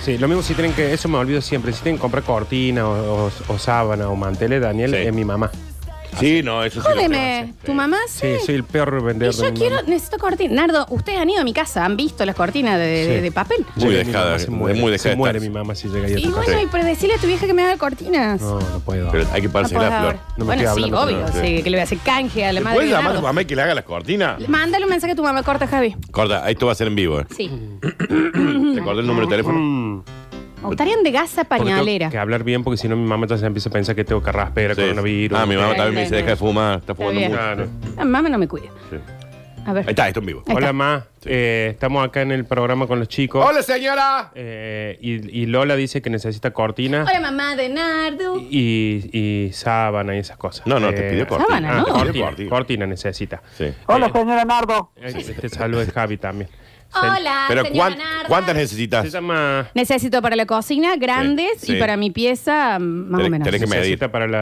Sí, lo mismo si tienen que, eso me olvido siempre, si tienen que comprar cortina o, o- o sábana o manteles, Daniel, Sí. es mi mamá. Sí, no, eso sí. lo Jódeme, tengo, sí. ¿tu mamá Sí, sí? soy el peor vendedor Y yo de mi quiero, mamá. necesito cortinas. Nardo, ustedes han ido a mi casa, han visto las cortinas de, de- Sí. de papel. Muy Llega mi dejada, mamá, se es muere, muy dejada Se de muere estar. mi mamá si llega ahí a Y tu bueno, casa. y pero decirle a tu vieja que me haga cortinas. No, no puedo. Pero hay que No pararse podés la flor. ahora. No me bueno, estoy sí, hablando, obvio, pero- sí, que le voy a hacer canje a la ¿Le madre. ¿Puedes de llamar a tu Nardo. mamá y que le haga las cortinas? Mándale un mensaje a tu mamá, corta, Javi. Corta, esto va a ser en vivo. ¿eh? Sí. ¿Te acordás el número de teléfono? Mm. Octarian de gasa Porque tengo pañalera. que hablar bien porque si no mi mamá entonces empieza a pensar que tengo carraspera, Sí. coronavirus. Ah, mi mamá Sí, también me sí, dice, sí. deja de fumar, está fumando bien. mucho. Claro. La mamá no me cuida. Sí. A ver. Ahí está, esto en vivo. Ahí está. Hola, Ma. Eh, estamos acá en el programa con los chicos. ¡Hola, señora! Eh, y, y Lola dice que necesita cortina Hola, mamá de Nardo. y, y sábana y esas cosas. No, no, Eh, te pidió cortina. sábana, Ah, ¿no? Te pidió cortina, cortina. cortina necesita. Sí. Hola, señora Nardo. Eh, Te saluda Javi también. Hola, Pero Ah, señora ¿cuán- Nardo. ¿cuántas Se necesitas? llama... Necesito para la cocina grandes Sí, sí. y para mi pieza mm, más Tenés- o menos. tenés que medir. Necesita para la,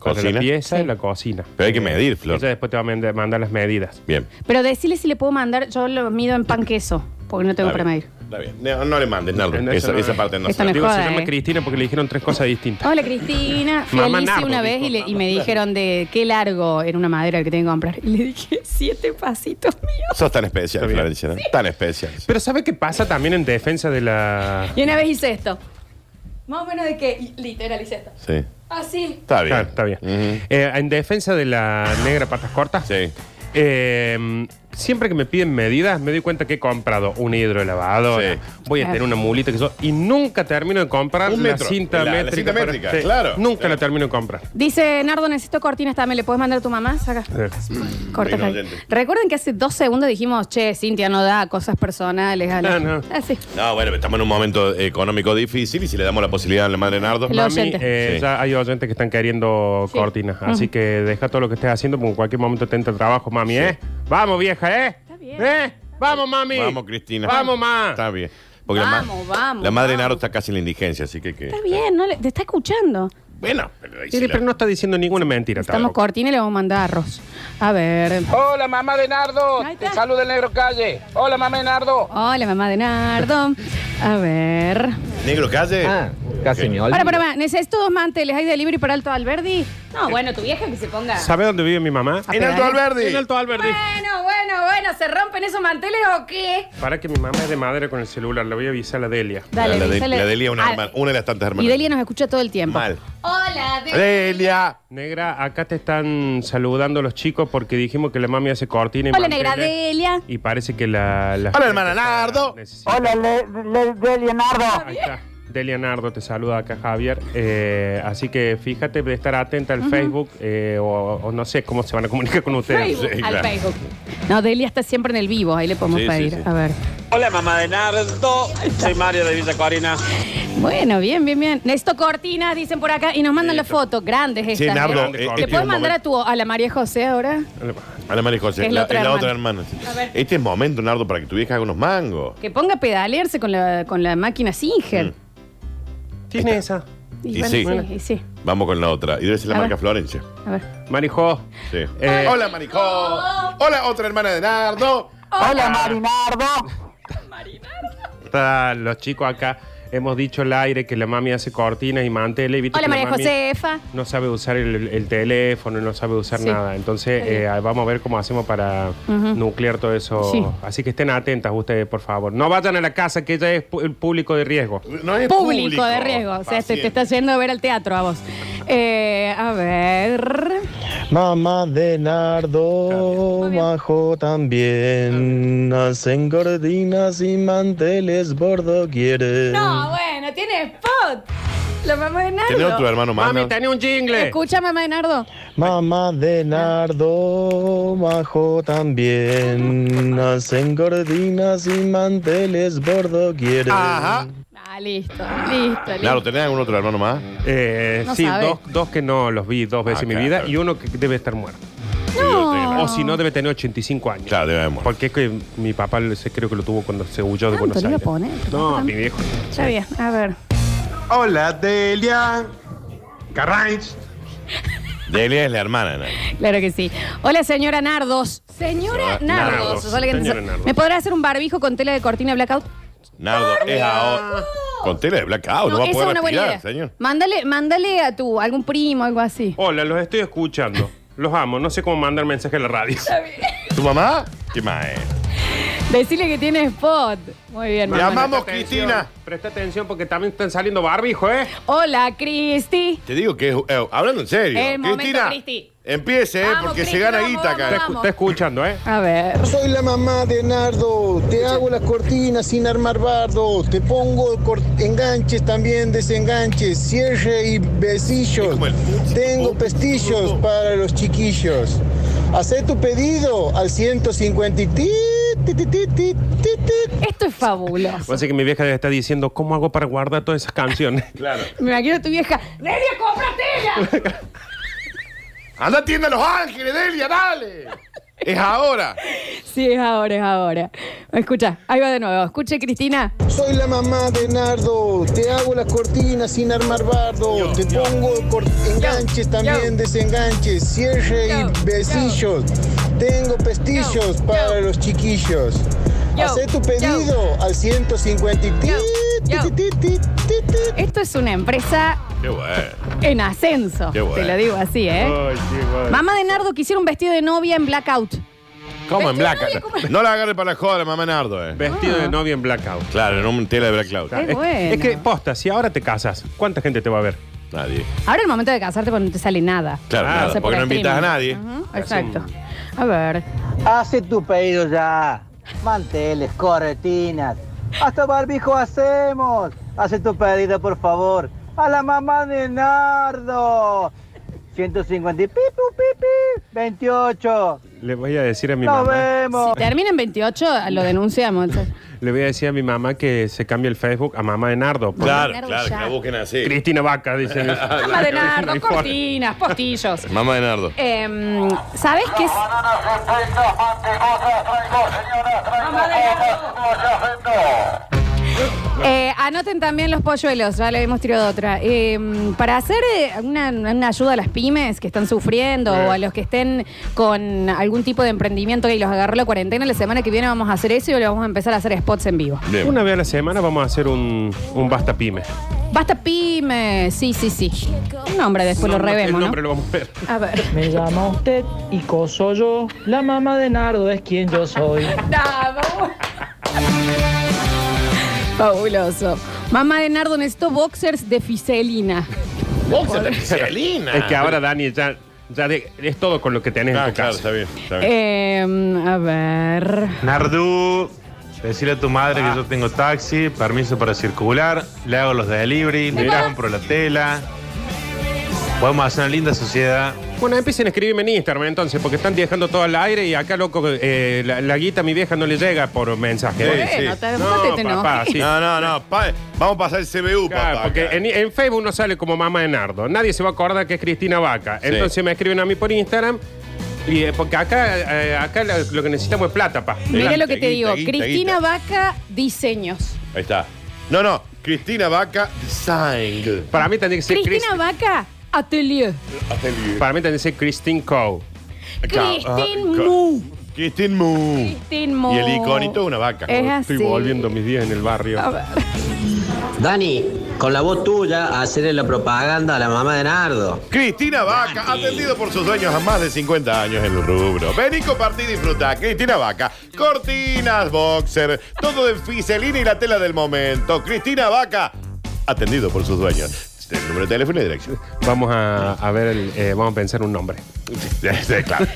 para la ¿Cocina? pieza y Sí. la cocina. Pero hay que medir, Flor. Ella después te va a mand- mandar las medidas. Bien. Pero decirle si le puedo mandar, yo lo mido en pan queso, porque no tengo Está para bien. medir. Está bien. No, no le mandes, Nardo. No, Esa, eso no. esa parte no Esto se no la- es- Digo, se joda, llama eh. Cristina porque le dijeron tres cosas distintas. Hola Cristina, fui a Mamá Lizzie Nardo, una vez dijo, y, le- y mamá me Nardo. dijeron de qué largo era una madera que tengo que comprar. Y le dije, siete pasitos míos. Sos tan especial, Está bien. Florencia. ¿no? Tan especial. Pero ¿sabe qué pasa también en defensa de la... Y una vez hice esto. Más o menos de que, y literal, hice esto. Sí. Así. Está bien. Claro, Ah, está bien. Ujú. Eh, en defensa de la negra patas cortas, Sí. eh, siempre que me piden medidas, me doy cuenta que he comprado un hidrolavadora, Sí. voy a Claro. tener una mulita que yo, y nunca termino de comprar Un la metro. cinta La- la métrica. cinta para- métrica, claro. Nunca Claro. la termino de comprar. Dice, Nardo, necesito cortinas también. ¿Le puedes mandar a tu mamá? Saca. Sí. Corta. Reino Javi. oyente. Recuerden que hace dos segundos dijimos, che, Cintia no da cosas personales. A la- Ah, No, no. Así. No, bueno, estamos en un momento económico difícil y si le damos la posibilidad a la madre Nardo. Lo- Mami, oyentes. eh, Sí. ya hay oyentes que están queriendo Sí. cortinas, así que deja todo lo que estés haciendo porque en cualquier momento te entra el trabajo, mami, ¿eh? Vamos, vieja, ¿eh? Está bien. ¿Eh? Vamos, mami. Vamos, Cristina. Vamos, ma. Está bien. Porque la ma- Vamos, vamos, La madre vamos. Nardo está casi en la indigencia, así que. que- Está bien, no le- te está escuchando. Bueno, pero ahí Sí, sí la- pero no está diciendo ninguna mentira. Estamos tampoco. cortina y le vamos a mandar arroz. A ver. Hola, mamá de Nardo. Ahí está. Te saluda el negro calle. Hola, mamá de Nardo. Hola, mamá de Nardo. A ver. Negro calle. Ah, casi Ok. me olvido. Para, para, para. Necesito dos manteles. ¿Hay delivery para Alto Alberdi? No, Eh. bueno, tu vieja que se ponga. ¿Sabe dónde vive mi mamá? En Alto Alberdi. En Alto Alberdi. Bueno, bueno, bueno. ¿Se rompen esos manteles o qué? Para que mi mamá es de madera con el celular, le voy a avisar a la Delia. Dale, la, la de, avísale. la Delia es una, Ah, hermana- una de las tantas hermanas. Y Delia nos escucha todo el tiempo. Mal. Eh, Hola, Delia. Delia. Negra, acá te están saludando los chicos porque dijimos que la mami hace cortina y Hola, manteles. negra Delia. Y parece que la... la Hola, hermana Nardo. Necesita- Hola, le, le- Delia Nardo. Ahí está. Delia Nardo te saluda acá, Javier. Eh, así que fíjate de estar atenta al Facebook eh, o, o no sé cómo se van a comunicar con ustedes. Facebook, Sí, al claro. Facebook. No, Delia está siempre en el vivo. Ahí le podemos Sí, sí, pedir. sí. A ver. Hola mamá de Nardo, soy Mario de Villa Corina. Bueno, bien, bien, bien. Necesito cortinas, dicen por acá, y nos mandan la foto. Grandes estas. Sí, ¿eh? Nardo. Grande eh, corte. ¿Le este puedes es un mandar a momento- tu a la María José ahora? a la María Que José, es la, la otra la otra hermana. A ver. Este es momento, Nardo, para que tu vieja haga unos mangos. Que ponga a pedalearse con la, con la máquina Singer. ¿Tiene esa? Mm. Y sí. y sí. Vamos con la otra. Y debe ser la A marca ver. Florencia. A ver. Marijo. Sí. Eh, Hola, Maricó. Hola, otra hermana de Nardo. Hola, Marinardo. Está los chicos acá. Hemos dicho al aire que la mami hace cortinas y manteles. y viste Hola que la María mami Josefa. No sabe usar el, el teléfono, no sabe usar Sí. nada. Entonces Está bien. eh, vamos a ver cómo hacemos para nuclear todo eso. Sí. Así que estén atentas ustedes, por favor. No vayan a la casa, que ella es pu- el público de riesgo. No es Público, de riesgo. O sea, te, te estás yendo a ver al teatro a vos. Eh, a ver. Mamá de Muy Nardo, bien. bajo también. Hacen gordinas y manteles bordo quieren. No, bueno, tiene spot. La mamá de Nardo. Tiene otro hermano más. Mami, ¿no? tenía un jingle. Escucha, mamá de Nardo. Mamá de Nardo, bajo también. Hacen gordinas y manteles bordo quieren. Ajá. Ah, listo, listo, listo. Nardo, ¿tenés algún otro hermano más? Eh, No sí, sabe. dos, dos que no los vi dos veces en mi claro, vida Ah, claro. y uno que debe estar muerto. No. O si no, debe tener 85 años. Claro, debe haber muerto. Porque es que mi papá se- creo que lo tuvo cuando se huyó de Buenos Tanto, no Ah, lo Aires. pone. no, mi viejo. Está bien, a ver. Hola, Delia. Carranch. Delia es la hermana. de Nardo. Claro que sí. Hola, señora Nardos. Señora Ah, Nardos. Nardos, o sea, la que- señora Nardos. ¿Me podrá hacer un barbijo con tela de cortina blackout? Nardo, es ahora. Con tela de blackout, no, Oh, va a poder respirar, señor. Mándale, mándale a tu algún primo, algo así. Hola, los estoy escuchando. Los amo. No sé cómo mandar mensaje a la radio. ¿Tu mamá? ¿Qué más es? Decirle que tiene spot. Muy bien, Te mamá. amamos. Vamos, Presta Cristina. atención, Presta atención porque también están saliendo barbijo, ¿eh? Hola, Cristi. Te digo que es. eh, hablando en serio. El momento, Cristina, Cristi. empiece, eh, Vamos, porque se Cristi, gana vamos, guita Te acá. escu- Vamos. Está escuchando, ¿eh? A ver. Soy la mamá de Nardo, te hago las cortinas sin armar bardo, te pongo cor- enganches también, desenganches, cierre y Es besillos. como el putz, Tengo putz, pestillos putz. para los chiquillos. Hacé tu pedido al 150 y ti, ti, ti, ti, ti, ti, ti. Esto es fabuloso. Parece que mi vieja le está diciendo, ¿cómo hago para guardar todas esas canciones? Claro. Me imagino tu vieja. ¡Delia, cómprate ella! Anda a tienda Los Ángeles, Delia, dale. es ahora. sí, es ahora, es ahora. Escucha, ahí va de nuevo. Escuche, Cristina. Soy la mamá de Nardo, te hago las cortinas sin armar bardo, te pongo cor- enganches también, desenganches, cierre Yo, y besillos. Tengo pestillos Yo, para yo. los chiquillos. Yo, Hacé tu pedido al 150 y ti, Yo, yo. ti, ti, ti, ti, ti. Esto es una empresa Qué bueno. en ascenso. Qué bueno. Te lo digo así, ¿eh? Mamá de Nardo quisiera un vestido de novia en blackout. Como en Vestido de Black. novia, ¿cómo? No la agarre para la joda, mamá Nardo, eh. Vestido de novia en blackout. Claro, en un tela de Black Cloud. Qué es, Ah. bueno. es que, posta, si ahora te casas, ¿cuánta gente te va a ver? Nadie. Ahora el momento de casarte cuando no te sale nada. Claro, Ah, nada, no sé, porque no por invitas a nadie. streaming. Ajá, Exacto. A ver. Hace tu pedido ya. Manteles, corretinas. Hasta barbijo hacemos. Hace tu pedido, por favor. A la mamá de Nardo. 150 y pipu, pipi. 28. Le voy a decir a mi Nos mamá. vemos. Si termina en 28, lo denunciamos. Le voy a decir a mi mamá que se cambie el Facebook a mamá de Nardo. porque- Claro, Nardo claro, que ya. la busquen así. Cristina Vaca, dicen. Mamá de No hay Nardo, forma. cortinas, postillos. Mamá de Nardo. Em, ¿Sabes qué? es? Eh, anoten también los polluelos, ya le hemos tirado otra. Em, para hacer eh, una, una ayuda a las pymes que están sufriendo o a los que estén con algún tipo de emprendimiento y los agarró la cuarentena, la semana que viene vamos a hacer eso y le vamos a empezar a hacer spots en vivo. Bien. Una vez a la semana vamos a hacer un, un basta pyme. Basta pyme, sí, sí, sí. Un nombre después Pues lo No, no, revemos, El ¿no? nombre lo vamos a ver. A ver. Me llama usted y coso yo. La mamá de Nardo es quien yo soy. Bravo. Fabuloso. Mamá de Nardo, necesito boxers de fiselina. Boxer de Michelina. Es que ahora, Dani, ya, ya de- es todo con lo que tenés en Ah, tu claro, casa. está bien. Está bien. Eh, a ver. Nardu, decirle a tu madre Ah. que yo tengo taxi, permiso para circular, le hago los delivery, le compro la tela. Podemos hacer una linda sociedad. Bueno, empiecen a escribirme en Instagram entonces, porque están dejando todo al aire y acá, loco, eh, la, la guita a mi vieja no le llega por mensaje. Sí, Bueno, sí. te- No, no te- te papá, enojes. sí. No, no, no. pa- vamos a pasar el CBU, Claro, papá. porque acá. en, en Facebook no sale como mamá de Nardo. Nadie se va a acordar que es Cristina Vaca. Sí. Entonces me escriben a mí por Instagram. Y, eh, porque acá, eh, acá lo, lo que necesitamos es plata, pa. Mira Guita, lo que guita, te digo. guita, Cristina guita. Vaca, diseños. Ahí está. No, no. Cristina Vaca Design. Para mí tendría que ser Chris- Cristina Vaca, atelier. Para mí tendría que ser Christine Coe. Cristin Mu. Cristina Ah, Mu. Cristin Mu. Y el iconito de una vaca. Es así. Estoy volviendo mis días en el barrio. A ver. Dani, con la voz tuya, hacerle la propaganda a la mamá de Nardo. Cristina Vaca, atendido por sus dueños a más de 50 años en el rubro. Ven y compartí y disfruta. Cristina Vaca, cortinas, boxer, todo de fiselina y la tela del momento. Cristina Vaca, atendido por sus dueños. El número de teléfono y dirección. Vamos a, a ver, el, eh, vamos a pensar un nombre. Sí, claro.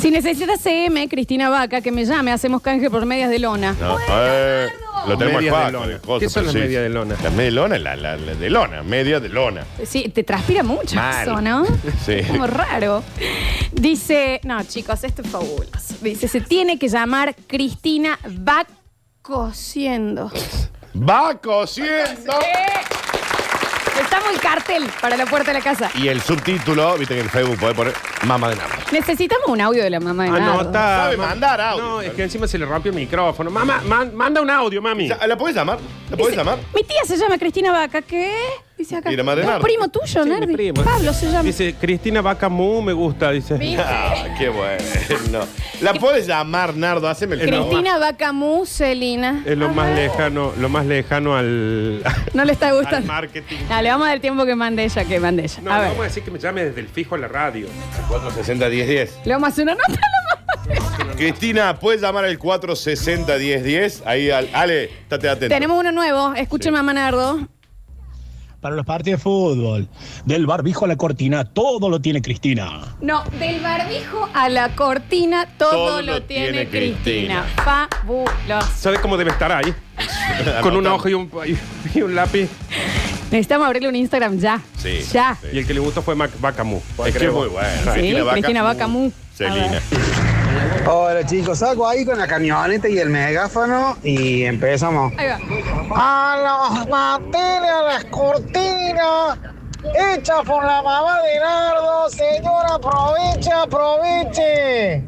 Si necesitas CM, Cristina Vaca, que me llame, hacemos canje por medias de lona. No, eh, lo tenemos Medias de al lona. Juan. ¿Qué son las medias de lona? Las medias de lona, la, la- la de lona, media de lona. Sí, te transpira mucho Mal. eso, ¿no? Sí. Es como raro. Dice, no, chicos, esto es fabuloso. Dice, se tiene que llamar Cristina va cosiendo. Va cosiendo. Estamos el cartel para la puerta de la casa. Y el subtítulo, viste que en Facebook podés poner Mamá de Nardo. Necesitamos un audio de la mamá Ah, de Nardo. Anota. Sabe ma- mandar audio. No, es que encima se le rompió el micrófono. Mamá, man- manda un audio, mami. Ya, ¿La podés llamar? ¿La podés Dice, llamar? Mi tía se llama Cristina Vaca, ¿qué? Dice acá. Y la madre Es Nardo. primo tuyo, Sí, mi Nardi. primo. Pablo se llama. Dice, Cristina Vaca Mu me gusta, dice. ¿Viste? Ah, qué bueno. La puedes llamar, Nardo, haceme el favor. Cristina Bacamú, Celina. Es lo Ajá. más lejano, lo más lejano al, No le está al gustando. marketing. Dale, vamos a dar tiempo que mande ella, que mande ella. No, a ver. vamos a decir que me llame desde el fijo a la radio. 460 10 10. Le vamos a hacer una nota. le vamos a hacer- Cristina, puedes llamar al 460 10 10. Ahí, al- Ale, estate atento. Tenemos uno nuevo. Escuchen, mamá Nardo. Para los partidos de fútbol, del barbijo a la cortina, todo lo tiene Cristina. No, del barbijo a la cortina, todo, Todo lo lo tiene, tiene Cristina. Fabuloso. ¿Sabes cómo debe estar ahí? Con un ojo y un, y un lápiz. Necesitamos abrirle un Instagram ya. Sí. Ya. Y el que le gustó fue Mac- Vaca Mu. Es que es muy bueno. Sí, Cristina Bacamú. Celina. Hola chicos, salgo ahí con la camioneta y el megáfono y empezamos. Ahí va. A los manteles, a las cortinas, hechas por la mamá de Nardo, señora, aproveche, aproveche.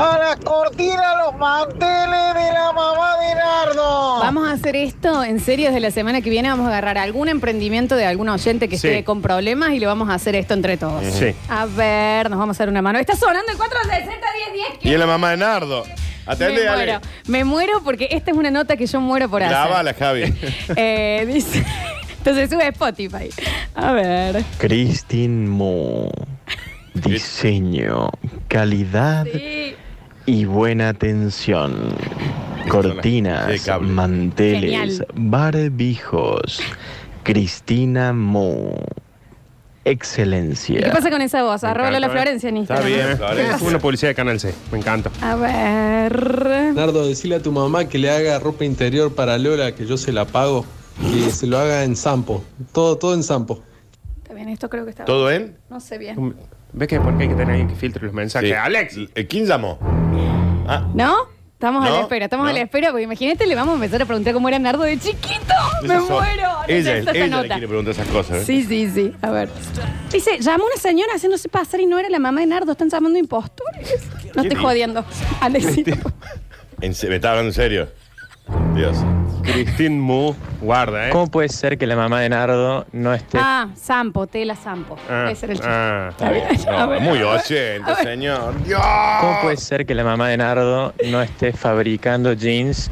A las cortinas, los manteles de la mamá de Nardo. Vamos a hacer esto en serio desde la semana que viene. Vamos a agarrar algún emprendimiento de algún oyente que Sí. esté con problemas y le vamos a hacer esto entre todos. Sí. A ver, nos vamos a dar una mano. Está sonando el 460 1010. Y es la mamá de Nardo. Atende, me Ale. muero, me muero porque esta es una nota que yo muero por hacer. Grabala, Javi. Eh, dice, entonces sube a Spotify. A ver. Christine Mo. Diseño, calidad Sí. y buena atención. De Cortinas, cable. manteles, Genial. barbijos. Cristina Mo. ¿Y Excelencia. qué pasa con esa voz? Me Arroba encanta, Lola ¿eh? Florencia en Está Instagram. bien, Es Florencia. una publicidad de Canal C. Me encanta. A ver. Nardo, decile a tu mamá que le haga ropa interior para Lola, que yo se la pago, que se lo haga en Sampo. Todo, todo en Sampo. Está bien, esto creo que está ¿Todo bien? No sé bien. ¿Ves que por qué hay que tener alguien que filtre los mensajes? Sí. Alex. Eh, ¿Quién llamó? Ah, ¿No? Estamos a la No, espera, estamos a no. la espera, porque imagínate, le vamos a empezar a preguntar cómo era Nardo de chiquito. esa Me so- muero. Ella, ella, Necesito esa le nota. quiere preguntar esas cosas. ¿eh? Sí, sí, sí. A ver. Dice, llamó una señora haciéndose pasar y no era la mamá de Nardo, están llamando impostores. No ¿Qué estés di- jodiendo. Alexito. En se- me está hablando en serio. Dios. Cristín Mu. Guarda, ¿eh? ¿Cómo puede ser que la mamá de Nardo no esté? Ah, Sampo, tela Sampo. Ah, Ese era el chiste. ah. Está bien. A No, ver. muy oyente, señor. Dios. ¿Cómo puede ser que la mamá de Nardo no esté fabricando jeans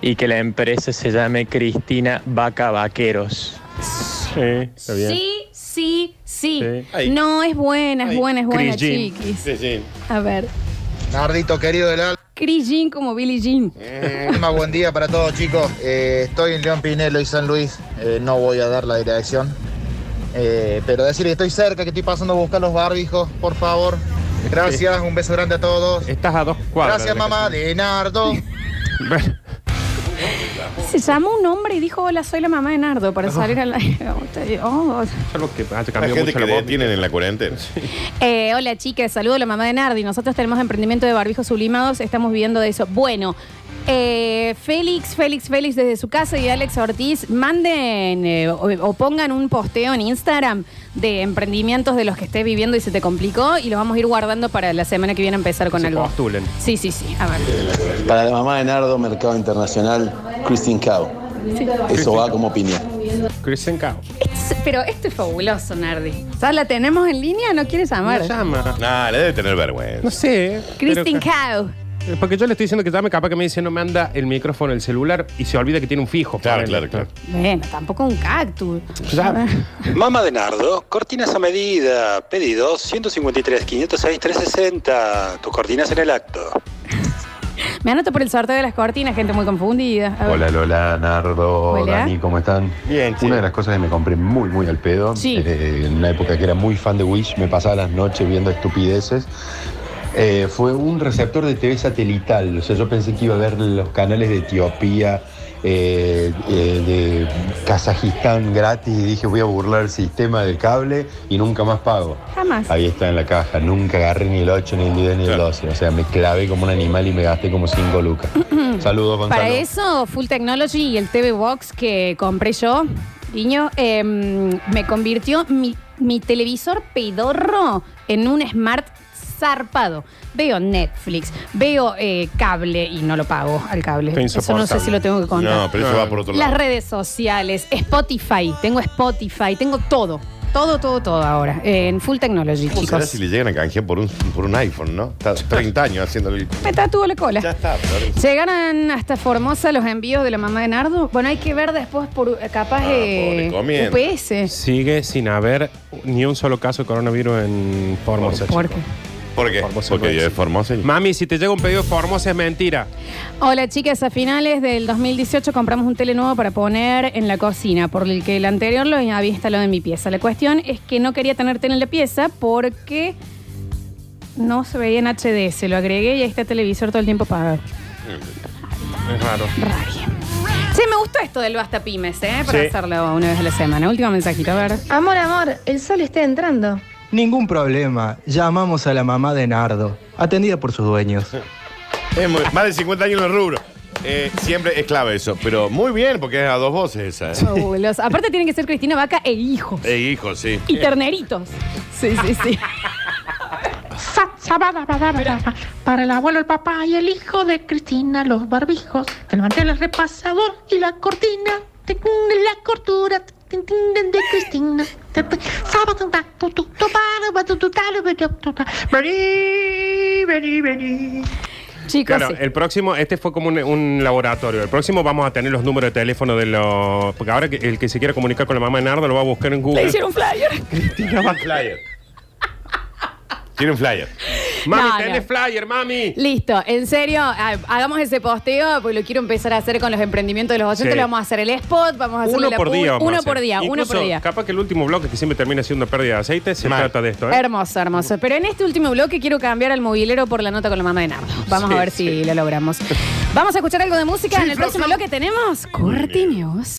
y que la empresa se llame Cristina Vaca Vaqueros? Sí, está bien. Sí, sí, sí. Sí. Ay. No, es buena, es Ay, buena, es buena, Chris Jean. chiquis. Sí, sí. A ver. Nardito querido del alma. Chris Jean como Billie Jean. Más buen día para todos chicos. Eh, estoy en León Pinelo y San Luis. Eh, no voy a dar la dirección. Eh, pero decir que estoy cerca, que estoy pasando a buscar los barbijos, por favor. Gracias, un beso grande a todos. Estás a dos cuadras. Gracias, de la mamá de Nardo. casa. Bueno, Se llamó un hombre y dijo, hola, soy la mamá de Nardo, Ah. para salir al aire. Oh. salvo que haya Hay cambiado gente mucho que la voz. detienen en la cuarentena. Eh, hola, chicas, saludo a la mamá de Nardi. Nosotros tenemos emprendimiento de barbijos sublimados, estamos viviendo de eso. Bueno, eh, Félix, Félix, Félix desde su casa y Alex Ortiz, manden eh, o, o pongan un posteo en Instagram de emprendimientos de los que estés viviendo y se te complicó y los vamos a ir guardando para la semana que viene empezar con Se algo. postulen. Sí, sí, sí. A ver. Para la mamá de Nardo, Mercado Internacional, Christine Cao. Sí. Eso va como piña. Kristen Kao. Es- Pero esto es fabuloso, Nardi. O sea, la tenemos en línea, no quiere llamar. No llama. Nah, le debe tener No vergüenza. sé. Kristen pero- Cow. Eh, Porque yo le estoy diciendo que llame, capaz que me dice no me anda el micrófono, el celular y se olvida que tiene un fijo. Claro, ponele. claro, claro. Bueno, tampoco un cactus. A Ya, ver. Mamá de Nardo, cortinas a medida, pedidos 153 506 360, tus cortinas en el acto. Me anoto por el sorteo de las cortinas, gente muy confundida. A ver. Hola Lola, Nardo, Hola. Dani, ¿cómo están? Bien, Una de las cosas que me compré muy, muy al pedo, Sí. eh, en una época que era muy fan de Wish, me pasaba las noches viendo estupideces, eh, fue un receptor de TV satelital. O sea, yo pensé que iba a ver los canales de Etiopía, eh, eh, de Kazajistán gratis y dije voy a burlar el sistema del cable y nunca más pago. Jamás. Ahí está en la caja, nunca agarré ni el 8, ni el 10, ni el 12. O sea, me clavé como un animal y me gasté como 5 lucas. Saludos, Gonzalo. Para eso, Full Technology y el TV Box que compré yo, em, niño, me convirtió mi, mi televisor pedorro en un Smart zarpado. Veo Netflix, veo eh, cable y no lo pago al cable. Está Eso no sé insoportable. si lo tengo que contar. No, pero eso Ah. va por otro Las lado. redes sociales, Spotify, tengo Spotify, tengo todo. Todo, todo, todo ahora. eh, en full technology, ¿Cómo será chicos. si le llegan a canjear por un, por un iPhone, no? Está 30 años haciéndolo. y- Me tatúo la cola. Ya está, Florencia. ¿Llegaron hasta Formosa los envíos de la mamá de Nardo? Bueno, hay que ver después por capaz eh, recomienda. UPS. Sigue sin haber ni un solo caso de coronavirus en Formosa. ¿Por chico. ¿Por qué? Porque yo es Formosa. y- Mami, si te llega un pedido de Formosa es mentira. Hola chicas, a finales del 2018 compramos un tele nuevo para poner en la cocina, por el que el anterior lo había instalado en mi pieza. La cuestión es que no quería tener tele en la pieza porque no se veía en HD. Se lo agregué y ahí está el televisor todo el tiempo apagado. Es raro. Sí, me gustó esto del Basta Pymes, ¿eh? Para Sí. hacerlo una vez a la semana. Último mensajito, a ver. Amor, amor, el sol está entrando. Ningún problema. Llamamos a la mamá de Nardo, atendida por sus dueños. Es muy- más de 50 años en el rubro. Eh, siempre es clave eso. Pero muy bien, porque es a dos voces esa. ¿eh? Fabuloso. Aparte tienen que ser Cristina Vaca e hijos. Eh, hijo, sí. Y terneritos. Sí, sí, sí. Para el abuelo, el papá y el hijo de Cristina, los barbijos, el mantel, el repasador y la cortina, tin, tin, la cortura tin, tin, tin, de Cristina. Sábado, ta, tu, tu, tu, para, ba, tu, tu, ta, lu, ba, tu, tu, ta. Vení, vení, vení. Chicos, Claro, el próximo, este fue como un, un laboratorio. El próximo vamos a tener los números de teléfono de los. Porque ahora que- el que se quiera comunicar con la mamá de Nardo lo va a buscar en Google. le hicieron flyer. Cristina Vaca. Flyer. Tiene un flyer. Mami, No, tenés no. flyer, mami. Listo, en serio, ah, hagamos ese posteo, porque lo quiero empezar a hacer con los emprendimientos de los oyentes. Sí. Lo vamos a hacer el spot, vamos a hacer Uno la por pu- día. vamos a Uno hacer. por día, uno Incluso, por día. Capaz que el último bloque que siempre termina siendo pérdida de aceite se trata de esto, ¿eh? Hermoso, hermoso. Pero en este último bloque quiero cambiar al movilero por la nota con la mamá de Nardo. Vamos Sí, a ver si lo logramos. Vamos a escuchar algo de música. en el próximo bloque tenemos Curti News.